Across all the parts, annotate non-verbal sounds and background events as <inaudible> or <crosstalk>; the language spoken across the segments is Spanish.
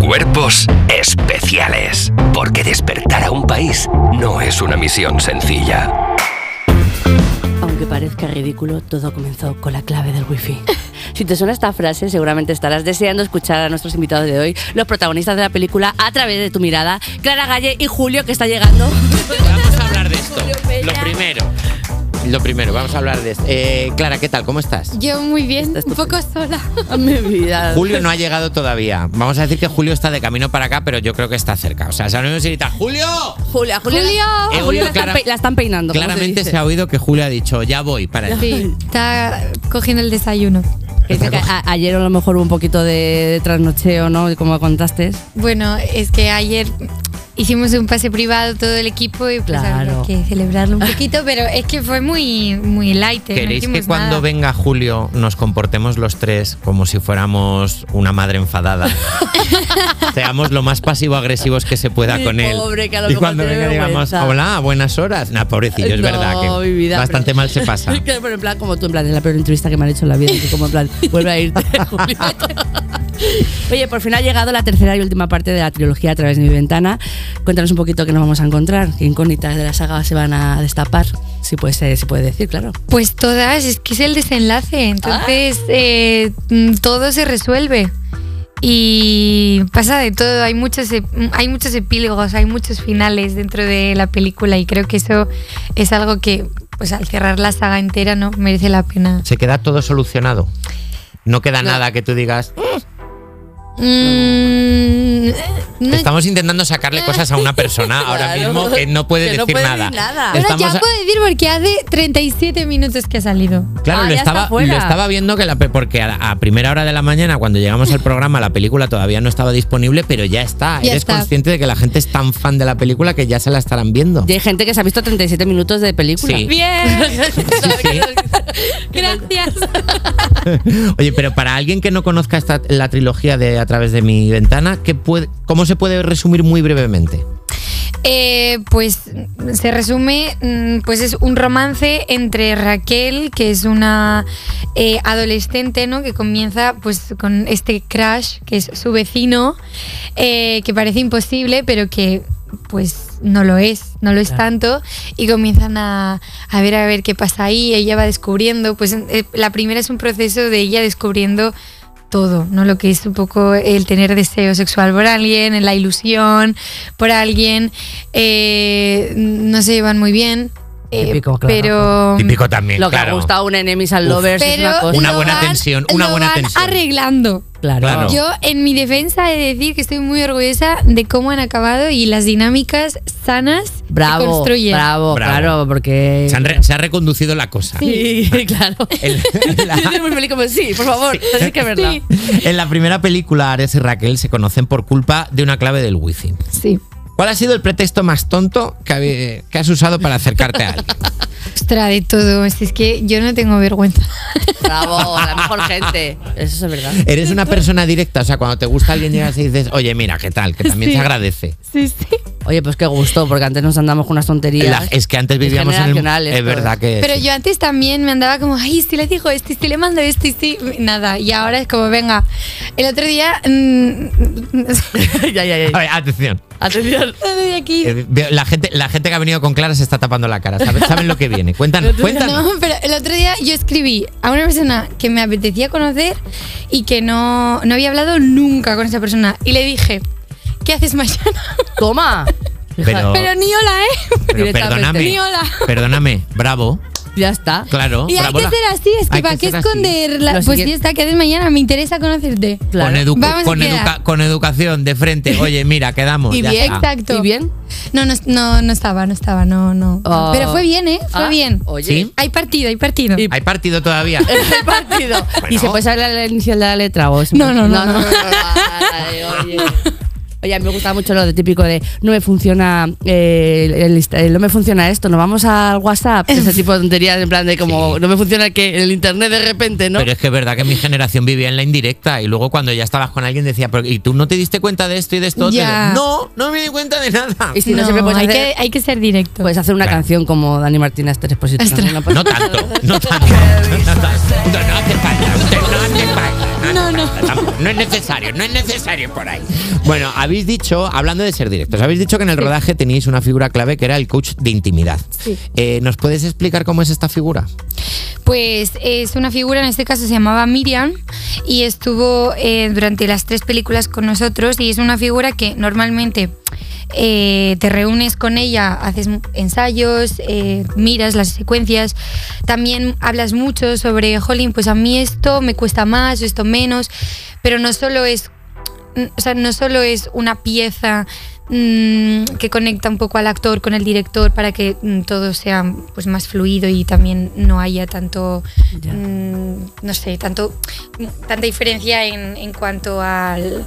Cuerpos especiales. Porque despertar a un país no es una misión sencilla. Aunque parezca ridículo, todo comenzó con la clave del wifi. <laughs> Si te suena esta frase, seguramente estarás deseando escuchar a nuestros invitados de hoy, los protagonistas de la película A través de tu mirada, Clara Galle y Julio, que está llegando. Vamos <laughs> a hablar de esto. Lo primero. Lo primero, vamos a hablar de esto. Eh, Clara, ¿qué tal? ¿Cómo estás? Yo muy bien, un poco sola. <laughs> Mi vida. Julio no ha llegado todavía. Vamos a decir que Julio está de camino para acá, pero yo creo que está cerca. O sea, sabemos si grita ¡Julio! Julia, Julia. Julio. a Julio la, están Clara- pe- la están peinando. como Claramente se, dice. ha oído que Julio ha dicho, ya voy <laughs> para allá. Sí, está cogiendo el desayuno. Que dice que a- ayer a lo mejor hubo un poquito de, de trasnocheo, ¿no? Como contaste. Bueno, es que ayer hicimos un pase privado todo el equipo y pues Claro. había que celebrarlo un poquito, pero es que fue muy, muy light. eh, no ¿Queréis que hicimos cuando nada. venga Julio nos comportemos los tres como si fuéramos una <laughs> madre enfadada? Seamos lo más pasivo-agresivos que se pueda Mi con él. pobre, que a lo y mejor cuando tiene venga digamos, vergüenza. hola, buenas horas. Nah, pobrecillo, es No, verdad que mi vida, bastante pero- mal se <laughs> pasa. Que, pero en plan, como tú, en plan, es la peor entrevista que me han hecho en la vida. así como en plan, vuelve a irte, <laughs> Julio. Oye, por fin ha llegado la tercera y última parte de la trilogía a través de mi ventana. Cuéntanos un poquito qué nos vamos a encontrar, qué incógnitas de la saga se van a destapar. Si puede, ser- si puede decir, claro. Pues todas, es que es el desenlace, entonces eh, mm, todo se resuelve. Y pasa de todo, hay muchos, ep- hay muchos epílogos, hay muchos finales dentro de la película y creo que eso es algo que pues al cerrar la saga entera no merece la pena. Se queda todo solucionado. No queda nada que tú digas. Mm, no- Estamos intentando sacarle cosas a una persona <laughs> ahora Claro. mismo que no puede Que decir no puede nada. decir nada. Bueno, Estamos ya a- puedo decir porque hace 37 minutos que ha salido. Claro, Ah, lo, ya está estaba, fuera. lo estaba viendo que la, pe- porque a, la- a primera hora de la mañana, cuando llegamos al programa, la película todavía no estaba disponible, pero ya está. Ya Eres está. consciente de que la gente es tan fan de la película que ya se la estarán viendo. Y hay gente que se ha visto 37 minutos de película. Sí. Bien, <laughs> Sí, <laughs> gracias. sí. Oye, pero para alguien que no conozca esta, la trilogía de A través de mi ventana, ¿qué puede, ¿cómo se puede resumir muy brevemente? Eh, pues se resume, mm, pues es un romance entre Raquel, que es una eh, adolescente, ¿no? Que comienza pues con este crush, que es su vecino, eh, que parece imposible, pero que pues no lo es, no lo es tanto, y comienzan a, a ver a ver qué pasa ahí, ella va descubriendo, pues eh, la primera es un proceso de ella descubriendo todo, ¿no? Lo que es un poco el tener deseo sexual por alguien, la ilusión por alguien, eh, no se llevan muy bien. eh, Típico, claro. Pero. Típico también, Lo que ha claro. gustado un enemies al lovers es Pero una cosa. Una lo buena van- tensión, una lo buena van tensión. Arreglando. Claro. Claro. Yo, en mi defensa, he de decir que estoy muy orgullosa de cómo han acabado y las dinámicas sanas se Bravo, construyen. bravo, Bravo. claro, porque... Se, han re- se ha reconducido la <laughs> cosa. <laughs> Sí, claro. El- la- Yo estoy muy feliz como, sí, por favor, así que <laughs> es verdad. Sí. En la primera película, Ares y Raquel se conocen por culpa de una clave del wifi. Sí. ¿Cuál ha sido el pretexto más tonto que, habe- que has usado para acercarte a alguien? Ostras, de todo. Si es que yo no tengo vergüenza. Bravo, la mejor gente. Eso es verdad. Eres una persona directa, o sea, cuando te gusta alguien llegas y dices, oye, mira, ¿qué tal? Que también se agradece. <laughs> Sí, sí. Oye, pues qué gusto, porque antes nos andamos con unas tonterías. La- es que antes vivíamos en el... generacional Es esto. verdad que... ¿eh? Pero Eh, sí. yo antes también me andaba como, ay, si le digo esto, y si le mando esto, y si. Nada. Y ahora es como, venga. El otro día. mm, <laughs> ¿eh? <laughs> ya, ya, A ya. ver, atención. Atención. estoy aquí. Eh, veo- La gente, la gente que ha venido con Clara se está tapando la cara. ¿Saben, saben lo que viene? Cuéntanos, cuéntanos. No, pero el otro día yo escribí a una persona que me apetecía conocer y que no, no había hablado nunca con esa persona. Y le dije, ¿qué haces mañana? Toma. Pero, Pero ni hola, ¿eh? pero directamente. perdóname. Ni hola. Perdóname. Bravo. Ya está. Claro. Y hay bravo que la- ser así, es hay que ¿para qué ser así. esconder? la- Lo pues siguiente- ya está, ¿qué haces mañana? Me interesa conocerte. Claro. Con, edu- Vamos a con, quedar. educa- con educación, de frente. Oye, mira, quedamos. Y ya bien, está. exacto. ¿Y bien? No, no, no, no estaba, no estaba, no, no. Oh. Ah. Pero fue bien, ¿eh? Fue Ah, bien. Oye. ¿Sí? Hay partido, hay partido. Y- Hay partido todavía. <laughs> El partido. ¿Y <laughs> Bueno. se puede saber la inicial de la letra o es- No, no, no, no. <laughs> Ay, oye. Oye, a mí me gusta mucho lo de típico de no me funciona eh, el- el insta- el no me funciona esto, nos vamos al WhatsApp, <laughs> ese tipo de tonterías en plan de como no me funciona que el internet de repente, ¿no? Pero es que es verdad que mi generación vivía en la indirecta y luego cuando ya estabas con alguien decía, "Pero, ¿y tú no te diste cuenta de esto y de esto? otro?" Ya. No, no me di cuenta de nada. y si no, No, siempre puedes hay, hacer, que, hay que ser directo. puedes hacer una Claro. canción como Dani Martínez Tres Positos. Ostras. pasa Pues No <laughs> nada. tanto, no tanto. No, tanto. No, no hace falta, usted no hace falta. No no, no. Tampoco, No es necesario, no es necesario por ahí. Bueno, habéis dicho, hablando de ser directos, habéis dicho que en el rodaje teníais una figura clave que era el coach de intimidad. Sí. Eh, ¿Nos puedes explicar cómo es esta figura? Pues es una figura, en este caso se llamaba Miriam y estuvo eh, durante las tres películas con nosotros y es una figura que normalmente eh, te reúnes con ella, haces mu- ensayos, eh, miras las secuencias, también hablas mucho sobre, jolín, pues a mí esto me cuesta más o esto menos, pero no solo es n- o sea, no solo es una pieza mm, que conecta un poco al actor con el director para que mm, todo sea pues más fluido y también no haya tanto Ya. mm, no sé tanto mm, tanta diferencia en, en cuanto al-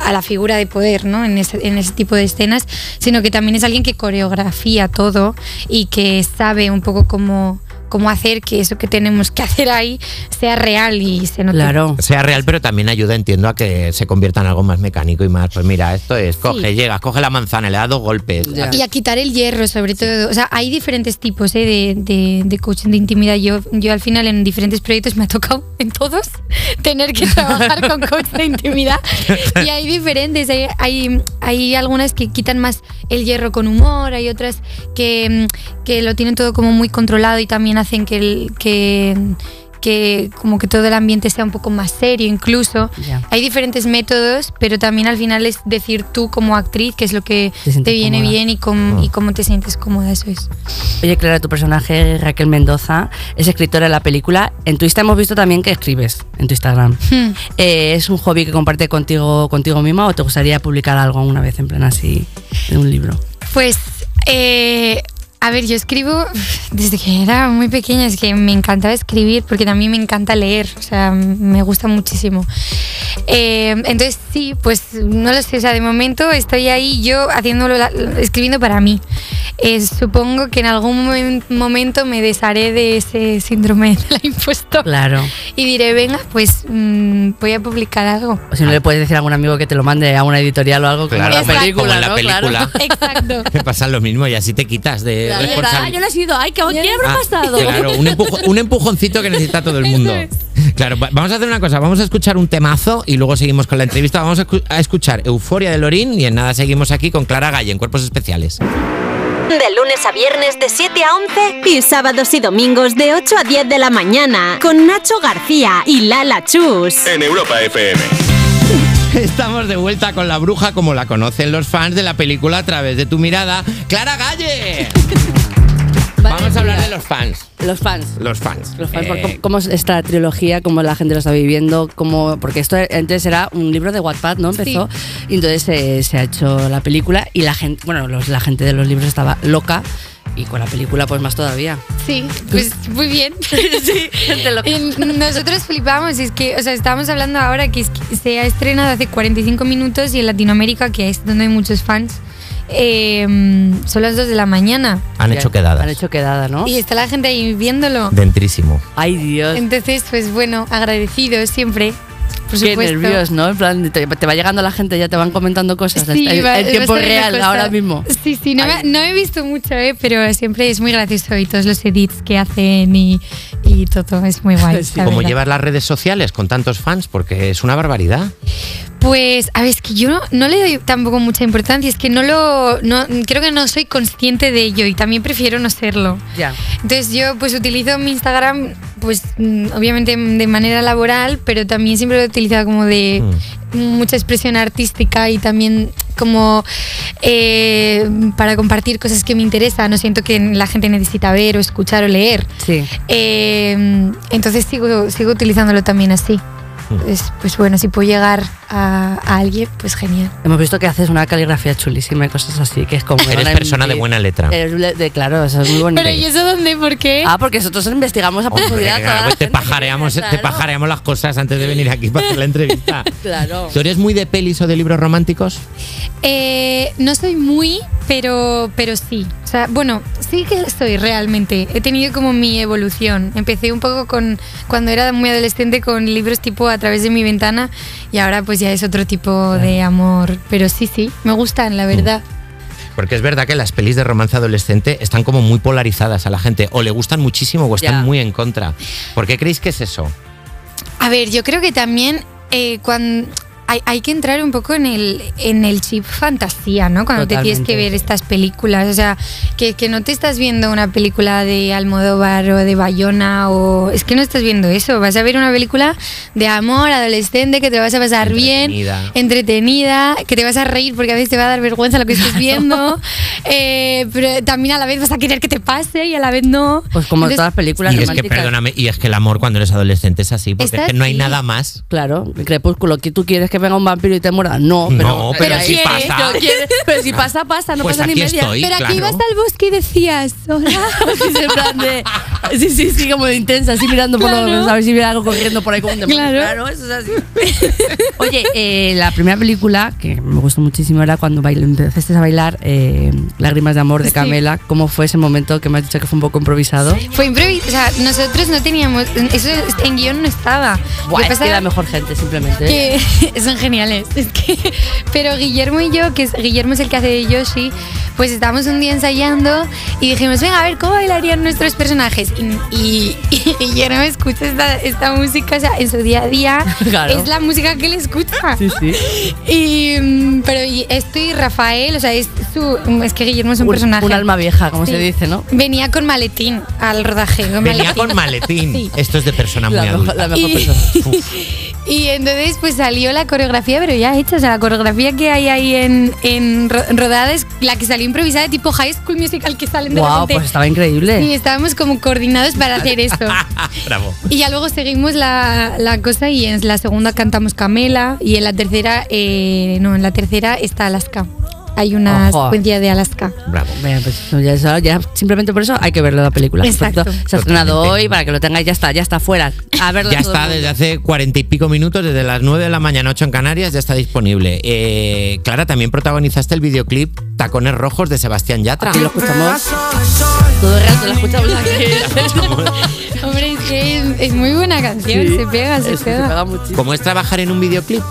a la figura de poder ¿no? en, ese, en ese tipo de escenas sino que también es alguien que coreografía todo y que sabe un poco cómo cómo hacer que eso que tenemos que hacer ahí sea real y se note Claro. Sea real, pero también ayuda, entiendo, a que se convierta en algo más mecánico y más. Pues mira, esto es, coge, llegas, coge la manzana, le das dos golpes. Ya. Y a quitar el hierro, sobre todo. O sea, hay diferentes tipos ¿eh? de, de- de coaching de intimidad. Yo, yo al final en diferentes proyectos me ha tocado <laughs> en todos tener que trabajar con coach de intimidad. Y hay diferentes. Hay, hay, hay algunas que quitan más el hierro con humor, hay otras que, mm, que lo tienen todo como muy controlado y también hacen que el... Que, que como que todo el ambiente sea un poco más serio incluso. Ya. Hay diferentes métodos, pero también al final es decir tú como actriz qué es lo que Te te, sientes viene cómoda. Ah. bien y, com- y cómo te sientes cómoda, eso es. Oye, Clara, tu personaje, Raquel Mendoza, es escritora de la película. En tu Insta hemos visto también que escribes, en tu Instagram. Hmm. Eh, ¿Es un hobby que comparte contigo, contigo misma o te gustaría publicar algo alguna vez en plan así, en un libro? Pues, eh, a ver, yo escribo <laughs> desde que era muy pequeña, es que me encantaba escribir porque también me encanta leer, o sea, me gusta muchísimo. Eh, entonces, sí, pues no lo sé, o sea, de momento estoy ahí yo haciéndolo, la- escribiendo para mí. Eh, supongo que en algún momen- momento me desharé de ese síndrome de la impostora. Claro. Y diré, venga, pues mm, voy a publicar algo. O si no le puedes decir a algún amigo que te lo mande a una editorial o algo Claro, como en la Exacto. película, como en la ¿no? Claro. película. <laughs> Exacto. Te pasan lo mismo y así te quitas de Claro. responsabilidad. Ah, yo no he sido. Ay, que Yo ¿qué no- habrá Ah, pasado? Claro, un, empujo- un empujoncito que necesita todo el mundo. Claro, va- vamos a hacer una cosa, vamos a escuchar un temazo y luego seguimos con la entrevista. Vamos a, escu- a escuchar Euforia de Lorín y en nada seguimos aquí con Clara Galle en Cuerpos Especiales. De lunes a viernes de 7 a 11 y sábados y domingos de 8 a 10 de la mañana con Nacho García y Lala Chus. En Europa FM. <laughs> Estamos de vuelta con la bruja como la conocen los fans de la película a través de tu mirada, <laughs> Clara Galle. Vamos a hablar de los fans. <laughs> Los fans. Los fans. Los fans, por Eh, cómo, cómo es esta trilogía, cómo la gente lo está viviendo, cómo, porque esto antes era un libro de Wattpad, ¿no? Empezó. Y entonces eh, se ha hecho la película y la gente, bueno, los- la gente de los libros estaba loca y con la película pues más todavía. <laughs> Sí, <laughs> pues muy bien. <laughs> Gente loca. <laughs> Y nosotros flipamos, es que, o sea, estábamos hablando ahora que, es que se ha estrenado hace 45 minutos y en Latinoamérica, que es donde hay muchos fans, eh, son las 2 de la mañana. Han Ya, hecho quedadas. Han hecho quedada, ¿no? Y está la gente ahí viéndolo. Dentrísimo. este- Ay, Dios. Entonces, pues bueno, agradecidos siempre. Por Qué supuesto. nervios, ¿no? En plan, te, te va llegando la gente, ya te van comentando cosas Sí, en, va- en va tiempo a ser una real, cosa. ahora mismo. Sí, sí, no, me- Ay. no he visto mucho, eh, pero siempre es muy gracioso y todos los edits que hacen y, y todo, es muy guay. <laughs> Sí. la ¿Cómo verdad. llevar las redes sociales con tantos fans? Porque es una barbaridad. Pues, a ver, es que yo no, no le doy tampoco mucha importancia, es que no lo, no, creo que no soy consciente de ello y también prefiero no serlo. Ya. Entonces yo pues utilizo mi Instagram pues mm, obviamente mm, de manera laboral, pero también siempre lo he utilizado como de mucha expresión artística y también como eh, para compartir cosas que me interesan, no siento que la gente necesita ver o escuchar o leer. Sí. Eh, entonces sigo, sigo utilizándolo también así. Es, pues bueno, si puedo llegar a, a alguien, pues genial. Hemos visto que haces una caligrafía chulísima y cosas así, que es como... Eres persona de buena letra. Eres le- de, claro, eso es muy bonito. eso dónde? ¿Por qué? Ah, porque nosotros investigamos a Hombre, profundidad. toda la claro, te, gente que pajareamos, viene, te claro. pajareamos las cosas antes de venir aquí para hacer <laughs> la entrevista. Claro. ¿Tú eres muy de pelis o de libros románticos? Eh, no soy muy, pero, pero sí. O sea, bueno, sí que estoy realmente. He tenido como mi evolución. Empecé un poco con cuando era muy adolescente con libros tipo a través de mi ventana y ahora pues ya es otro tipo de amor. Pero sí, sí, me gustan, la verdad. Porque es verdad que las pelis de romance adolescente están como muy polarizadas a la gente. O le gustan muchísimo o están Ya. muy en contra. ¿Por qué creéis que es eso? A ver, yo creo que también eh, cuando... Hay, hay que entrar un poco en el, en el chip fantasía, ¿no? Cuando te tienes que Totalmente. ver estas películas. O sea, que, que no te estás viendo una película de Almodóvar o de Bayona o... Es que no estás viendo eso. Vas a ver una película de amor adolescente que te vas a pasar bien, Entretenida. entretenida, que te vas a reír porque a veces te va a dar vergüenza lo que estés viendo. eh, pero también a la vez vas a querer que te pase y a la vez no. Pues como Entonces, todas las películas Y es que, románticas. perdóname, y es que el amor cuando eres adolescente es así, porque es Está que no hay así. nada más. Claro, el crepúsculo. que ¿Tú quieres que venga un vampiro y te muerda? No, pero, No, pero ahí- si yo pasa. quiero- pero <laughs> si pasa, pasa, no Pues pasa ni aquí media. estoy. Pero aquí claro. ibas al bosque y decías, hola. Sí, en plan de- sí, sí, sí, como de intensa, así mirando por Claro. los, a ver si viene algo corriendo por ahí como un demonio. Claro. eso es así. <laughs> Oye, eh, la primera película que me gustó muchísimo era cuando bail- empezaste a bailar eh, Lágrimas de Amor de Sí. Camela. ¿Cómo fue ese momento que me has dicho que fue un poco improvisado? <laughs> Fue improvisado. O sea, nosotros no teníamos. Eso en guión no estaba. Lo Buah, que es pasa que la mejor gente, simplemente. ¿eh? que <laughs> son geniales. Es que, pero Guillermo y yo, que es, Guillermo es el que hace de Yoshi, pues estábamos un día ensayando y dijimos, venga, a ver, ¿cómo bailarían nuestros personajes? Y, y- <laughs> y Guillermo escucha esta, esta música, o sea, en su día a día <laughs> Claro. es la música que él escucha. Sí, sí. Y, mm, pero y estoy Rafael, o sea, es, su, es que Guillermo es un, personaje. Pues alma vieja, como Sí. se dice, ¿no? Venía con maletín al rodaje. Con Venía maletín. con maletín. Sí. Esto es de persona muy La mejor, la adulta. <laughs> mejor Y- <laughs> persona. Y entonces pues salió la coreografía, pero ya hecha. O sea, la coreografía que hay ahí en, en ro- rodada es la que salió improvisada, tipo High School Musical que salen de Wow, repente. pues estaba increíble. Y estábamos como coordinados para hacer esto. Bravo. Y ya luego seguimos la, la cosa y en la segunda cantamos Camela y en la tercera, eh, no, en la tercera está Alaska. Hay una Ojo. secuencia de Alaska. Bravo. Bueno, pues eso ya, eso- ya simplemente por eso hay que verlo la película. Exacto. Perfecto. Se ha estrenado Totalmente. hoy para que lo tengáis, ya está, ya está fuera. A verlo Ya todo el está mundo. desde hace cuarenta y pico minutos, desde las 9 de la mañana, 8 en Canarias, ya está disponible. Eh, Clara, también protagonizaste el videoclip Tacones Rojos de Sebastián Yatra. Aquí lo escuchamos todo el rato, lo escuchamos <laughs> aquí. Hombre, es que es, es muy buena canción, se pega, se Eso, pega. muchísimo. ¿Cómo es trabajar en un videoclip?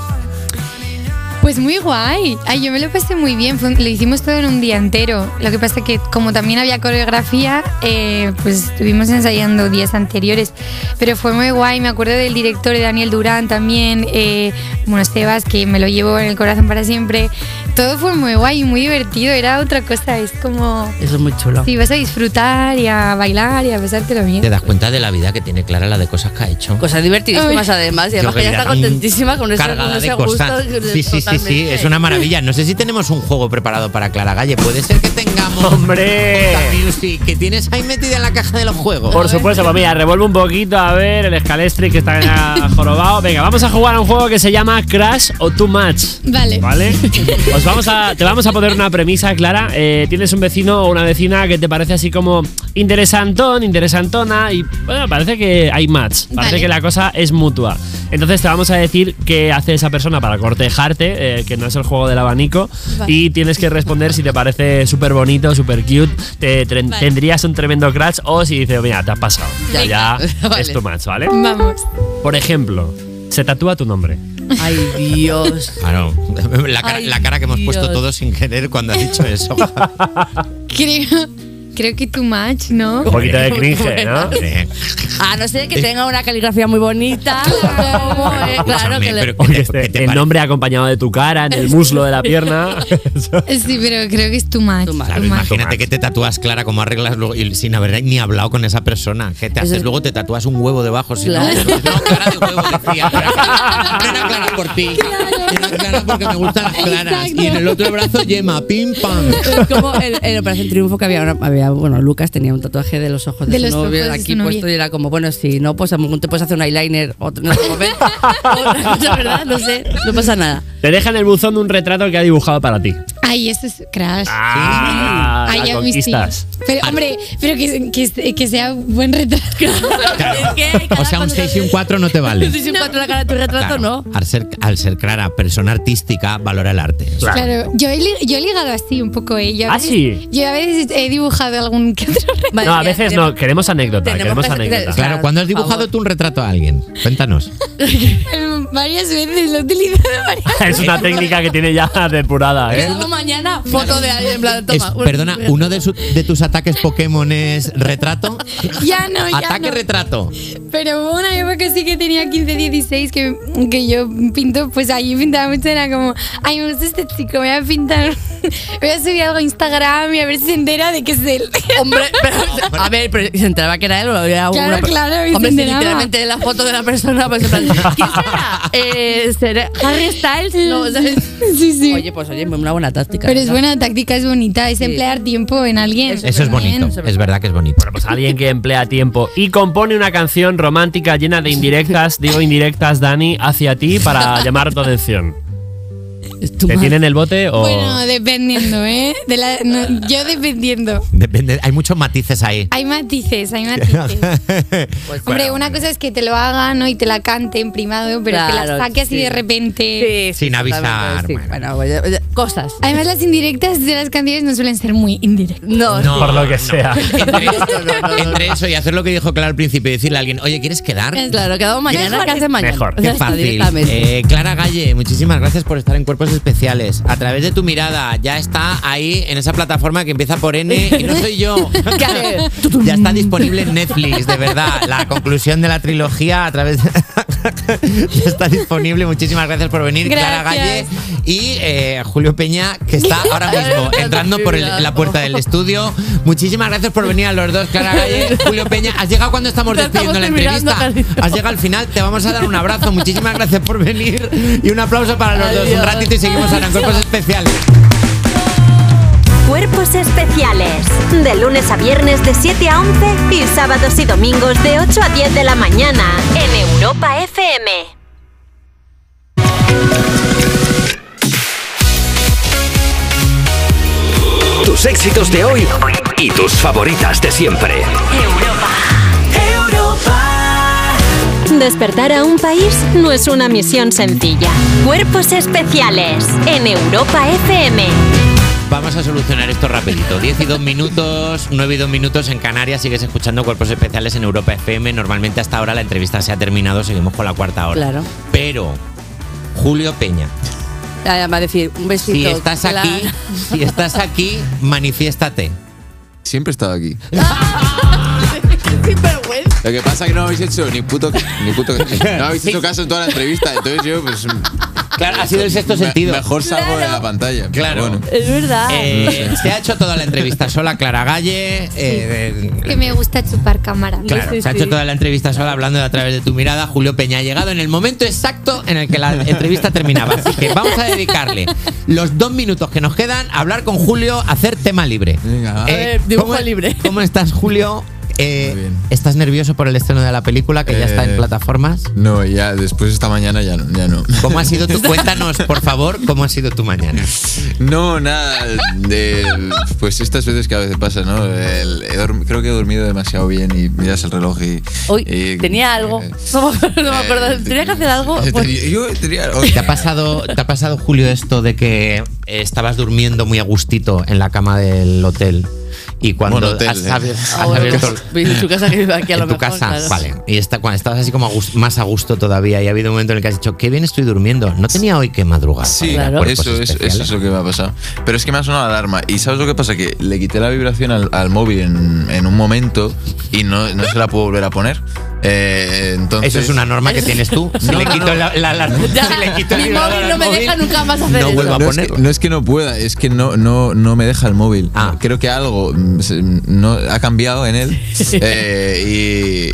Pues muy guay. Ay, yo me lo pasé muy bien. Fue un- lo hicimos todo en un día entero. Lo que pasa que como también había coreografía, eh, pues estuvimos ensayando días anteriores. Pero fue muy guay. Me acuerdo del director de Daniel Durán también. Eh, bueno, Sebas, que me lo llevo en el corazón para siempre. Todo fue muy guay y muy divertido. Era otra cosa. Es como... Eso es muy chulo. Si vas a disfrutar y a bailar y a pasártelo bien. ¿Te das cuenta de la vida que tiene Clara, la de cosas que ha hecho? Cosas divertidísimas Ay. además, y Yo además que ya creo está que irá contentísima con ese, cargada con ese de gusto. cosas. Sí, sí, sí, sí, totalmente. es una maravilla. No sé si tenemos un juego preparado para Clara Galle. Puede ser que tengamos. <laughs> ¡Hombre! Costa Music, que tienes ahí metida en la caja de los juegos. Por supuesto, pues mira, revuelvo un poquito a ver el Scalestric que está ya jorobado. Venga, vamos a jugar a un juego que se llama Crash o Too Much. Vale. ¿Vale? Os vamos a, te vamos a poner una premisa, Clara. Eh, tienes un vecino o una vecina que te parece así como interesantón, interesantona y bueno, parece que hay match. Parece Vale. que la cosa es mutua. Entonces te vamos a decir qué hace esa persona para cortejarte, eh, que no es el juego del abanico, Vale. y tienes que responder si te parece súper bonito, súper cute, te, tre- Vale. tendrías un tremendo crash o si dices, mira, te has pasado. Ya, ya, <laughs> Vale. es tu match, ¿vale? Vamos. Por ejemplo, se tatúa tu nombre. Ay, Dios. Claro, <laughs> la cara, Ay, la cara que hemos Dios. puesto todos sin querer cuando ha dicho <laughs> eso. Creo, creo que too much, ¿no? <laughs> Un poquito <laughs> de cringe, ¿no? Hombre, A Ah, no ser Eh. que tenga una caligrafía muy bonita. <laughs> como, eh, claro escúchame, que le. pero ¿qué te- Oye, este, qué te el parece? nombre acompañado de tu cara, en el muslo de <laughs> la pierna. Sí, pero creo que es too much. Too much. Claro, too much. imagínate que te tatúas Clara como arreglas luego y sin haber ni hablado con esa persona. ¿Qué te Eso haces? es- Luego te tatúas un huevo debajo. si Claro. no, no, Clara de huevo decía. pero- pero Era Clara por ti. Era Clara porque me gustan las claras. Exacto. Y en el otro brazo yema, pim pam. Es como en, en Operación Triunfo que había, una- había- bueno, Lucas tenía un tatuaje de los ojos de, De su los ojos novio de aquí su novia. puesto y era como, bueno, si no, pues a lo mejor te puedes hacer un eyeliner otro, en otro <laughs> momento. Otra cosa, ¿verdad? No sé, no pasa nada. Te deja en el buzón de un retrato que ha dibujado para ti. Ay, eso es crash. Ah, Ay, la a mí sí. conquistas. Pero, hombre, pero que, que- que sea <laughs> buen retrato. Es que cada O sea, un cuando- 6 y un 4 no te vale. Un seis y un cuatro en la cara de tu retrato, ¿no? Claro, Al ser, al ser Clara, persona artística, valora el arte. Claro, yo he, li- yo he ligado así un poco, ¿eh? Yo a ¿Ah, veces- sí? Yo a veces he dibujado algún que otro <laughs> retrato. Madre No, a mía, veces tenemos- no, queremos anécdota, tenemos queremos que- anécdota. <laughs> Claro, Claro, cuando has por favor. dibujado tú un retrato a alguien? Cuéntanos. Varias veces, lo he utilizado <laughs> varias veces. Es una técnica que tiene ya <laughs> depurada, ¿eh? Es como mañana foto de alguien en plan, <laughs> toma. Es- bueno, perdona, mira. uno de, su- de tus ataques Pokémon es <laughs> retrato. Ya no, ya Ataque no. retrato. Pero hubo una época que sí que tenía 15, 16 que, que yo pinto, pues ahí pintaba mucho, era como, ay, me gusta este chico, voy a pintar, <laughs> voy a subir algo a Instagram y a ver si se entera de que es él. Hombre, pero- a ver, pero se enteraba que era él o era Claro, una per- claro, y se Hombre, si enteraba. literalmente la foto de la persona, pues <laughs> en plan, ¿quién será? Eh, será Harry Styles, no, ¿sabes? <laughs> Sí, sí. Oye, pues oye, una buena táctica. Pero es ¿verdad? buena táctica, es bonita, es emplear tiempo en alguien. Eso es bonito. Es verdad que es bonito. Pues alguien que emplea tiempo y compone una canción romántica llena de indirectas, digo indirectas, Dani, hacia ti para llamar tu atención. Es tu ¿Te madre. tienen el bote o.? Oh. Bueno, dependiendo, ¿eh? De la- <laughs> no, yo dependiendo. Depende, hay muchos matices ahí. Hay matices, <laughs> hay matices. Pues Hombre, una cosa es que te lo hagan ¿no? y te la cante en primado, pero que la Claro, saque así sí. de repente. Sí, sí, Sin avisar, sí, bueno. bueno, oye, oye, cosas. Además, las indirectas de las canciones no suelen ser muy indirectas. No, No, Por lo que no. sea. Entre, entre eso y hacer lo que dijo Clara al principio y decirle a alguien, oye, ¿quieres quedar? claro, quedamos mañana, Mejor. ¿qué hace mañana? Mejor. O sea, Qué está fácil. directamente. Eh, Clara Galle, muchísimas gracias por estar en Cuerpos Especiales. A través de tu mirada, ya está ahí en esa plataforma que empieza por N y no soy yo. Claro. <laughs> ya está disponible en Netflix, de verdad. La conclusión de la trilogía a través de... <laughs> ya está disponible. Muchísimas gracias por venir, Clara Galle. Gracias. Y eh, Julio Peña, que está ahora mismo entrando por el- la puerta del estudio. Muchísimas gracias por venir a los dos, Clara Galle, Julio Peña. Has llegado cuando estamos Ya despidiendo estamos la terminando, entrevista. Carlitos. Has llegado al final, te vamos a dar un abrazo. Muchísimas gracias por venir y un aplauso para los dos. Un Adiós. ratito y seguimos ahora en cuerpos especiales. Cuerpos especiales. De lunes a viernes de 7 a 11 y sábados y domingos de 8 a 10 de la mañana en Europa FM. Tus éxitos de hoy y tus favoritas de siempre. Despertar a un país no es una misión sencilla. Cuerpos especiales en Europa FM. Vamos a solucionar esto rapidito. 10 y 2 minutos, 9 y 2 minutos en Canarias. Sigues escuchando Cuerpos Especiales en Europa FM. Normalmente hasta ahora la entrevista se ha terminado. Seguimos con la cuarta hora. Claro. Pero, Julio Peña, Ya, Va a decir, un besito. si estás Clara. aquí, si estás aquí, manifiéstate. Siempre he <laughs> estado aquí. Sin vergüenza. Lo que pasa es que no habéis hecho ni puto, ni puto <laughs> no habéis Sí. hecho caso en toda la entrevista. Entonces yo, pues. Claro, ha sido el sexto me- sentido. Mejor salgo de la pantalla. pero Claro. Bueno. <laughs> Es verdad. Ah. Eh, se ha hecho toda la entrevista sola, Clara Galle. eh, Que me gusta chupar cámara. Claro, Sí, se ha sí. hecho toda la entrevista sola hablando de a través de tu mirada. Julio Peña ha llegado en el momento exacto en el que la entrevista terminaba. Así que vamos a dedicarle los dos minutos que nos quedan a hablar con Julio, a hacer tema libre. Eh, Venga, va. A ver, dibujo ¿cómo- libre. ¿Cómo estás, Julio? Eh, Muy bien. ¿Estás nervioso por el estreno de la película que ya está en Eh, plataformas? No, ya después esta mañana ya no. Ya no. ¿Cómo ha <laughs> sido tu? Cuéntanos, por favor, cómo ha sido tu mañana. <laughs> No, nada. de- pues estas veces que a veces pasa, ¿no? El- he dorm- creo que he dormido demasiado bien y miras el reloj y. Hoy Eh, y- tenía algo. No me acuerdo. no me acuerdo. Eh, Tenía que hacer algo. eh, pues- tenía- yo tenía algo. ¿Te ha pasado, te ha pasado Julio, esto de que eh, estabas durmiendo muy a gustito en la cama del hotel y cuando Bueno, hotel, has, eh. abier- has Ah, bueno, abierto pues, en su casa que vive aquí a lo en tu mejor, casa, claro. vale. Y está, cuando estabas así como a gus- más a gusto todavía y ha habido un momento en el que has dicho, qué bien estoy durmiendo. No tenía hoy que madrugar. Sí, Claro. Cuerpos eso, es, especiales. eso es lo que me ha pasado. Pero es que me ha sonado la alarma. ¿Y sabes lo que pasa? Que le quité la vibración al, al móvil en, en un momento y no, no se la puedo volver a poner. Eh, entonces, Eso es una norma que tienes tú. <laughs> Si le quito la, la alarma, Ya, si <laughs> le quito el mi vibrador móvil al no me deja nunca más hacer no eso. vuelvo a no es, que, ponerlo. no es que no pueda, es que no, no, no me deja el móvil. Ah. Creo que algo mm, se- no, ha cambiado <laughs> en él eh,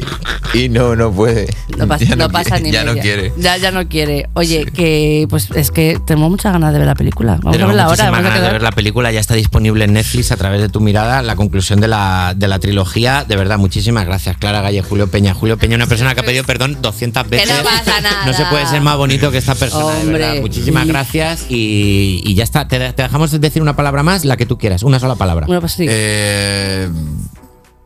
y, y no, no puede. No pasa, Ya no qui- pasa ni Ya no media. quiere. Ya, ya no quiere. Oye, que pues es que tenemos muchas ganas de ver la película. Vamos a Tenemos verla ahora. muchísimas Vamos a ganas de quedar- ver la película, ya está disponible en Netflix a través de tu mirada, la conclusión de la, de la trilogía. De verdad, muchísimas gracias, Clara Galle, Julio Peña. Julio Peña, una persona que ha pedido perdón 200 veces. pasa nada. No se puede ser más bonito que esta persona, de Hombre. verdad. Muchísimas gracias y, y ya está. Te, te dejamos decir una palabra más, la que tú quieras, una sola palabra. Bueno, pues sí. Eh,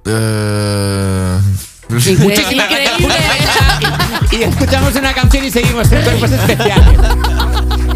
eh, <laughs> <laughs> Increíble. Increíble. Y escuchamos una canción y seguimos en cuerpos especiales.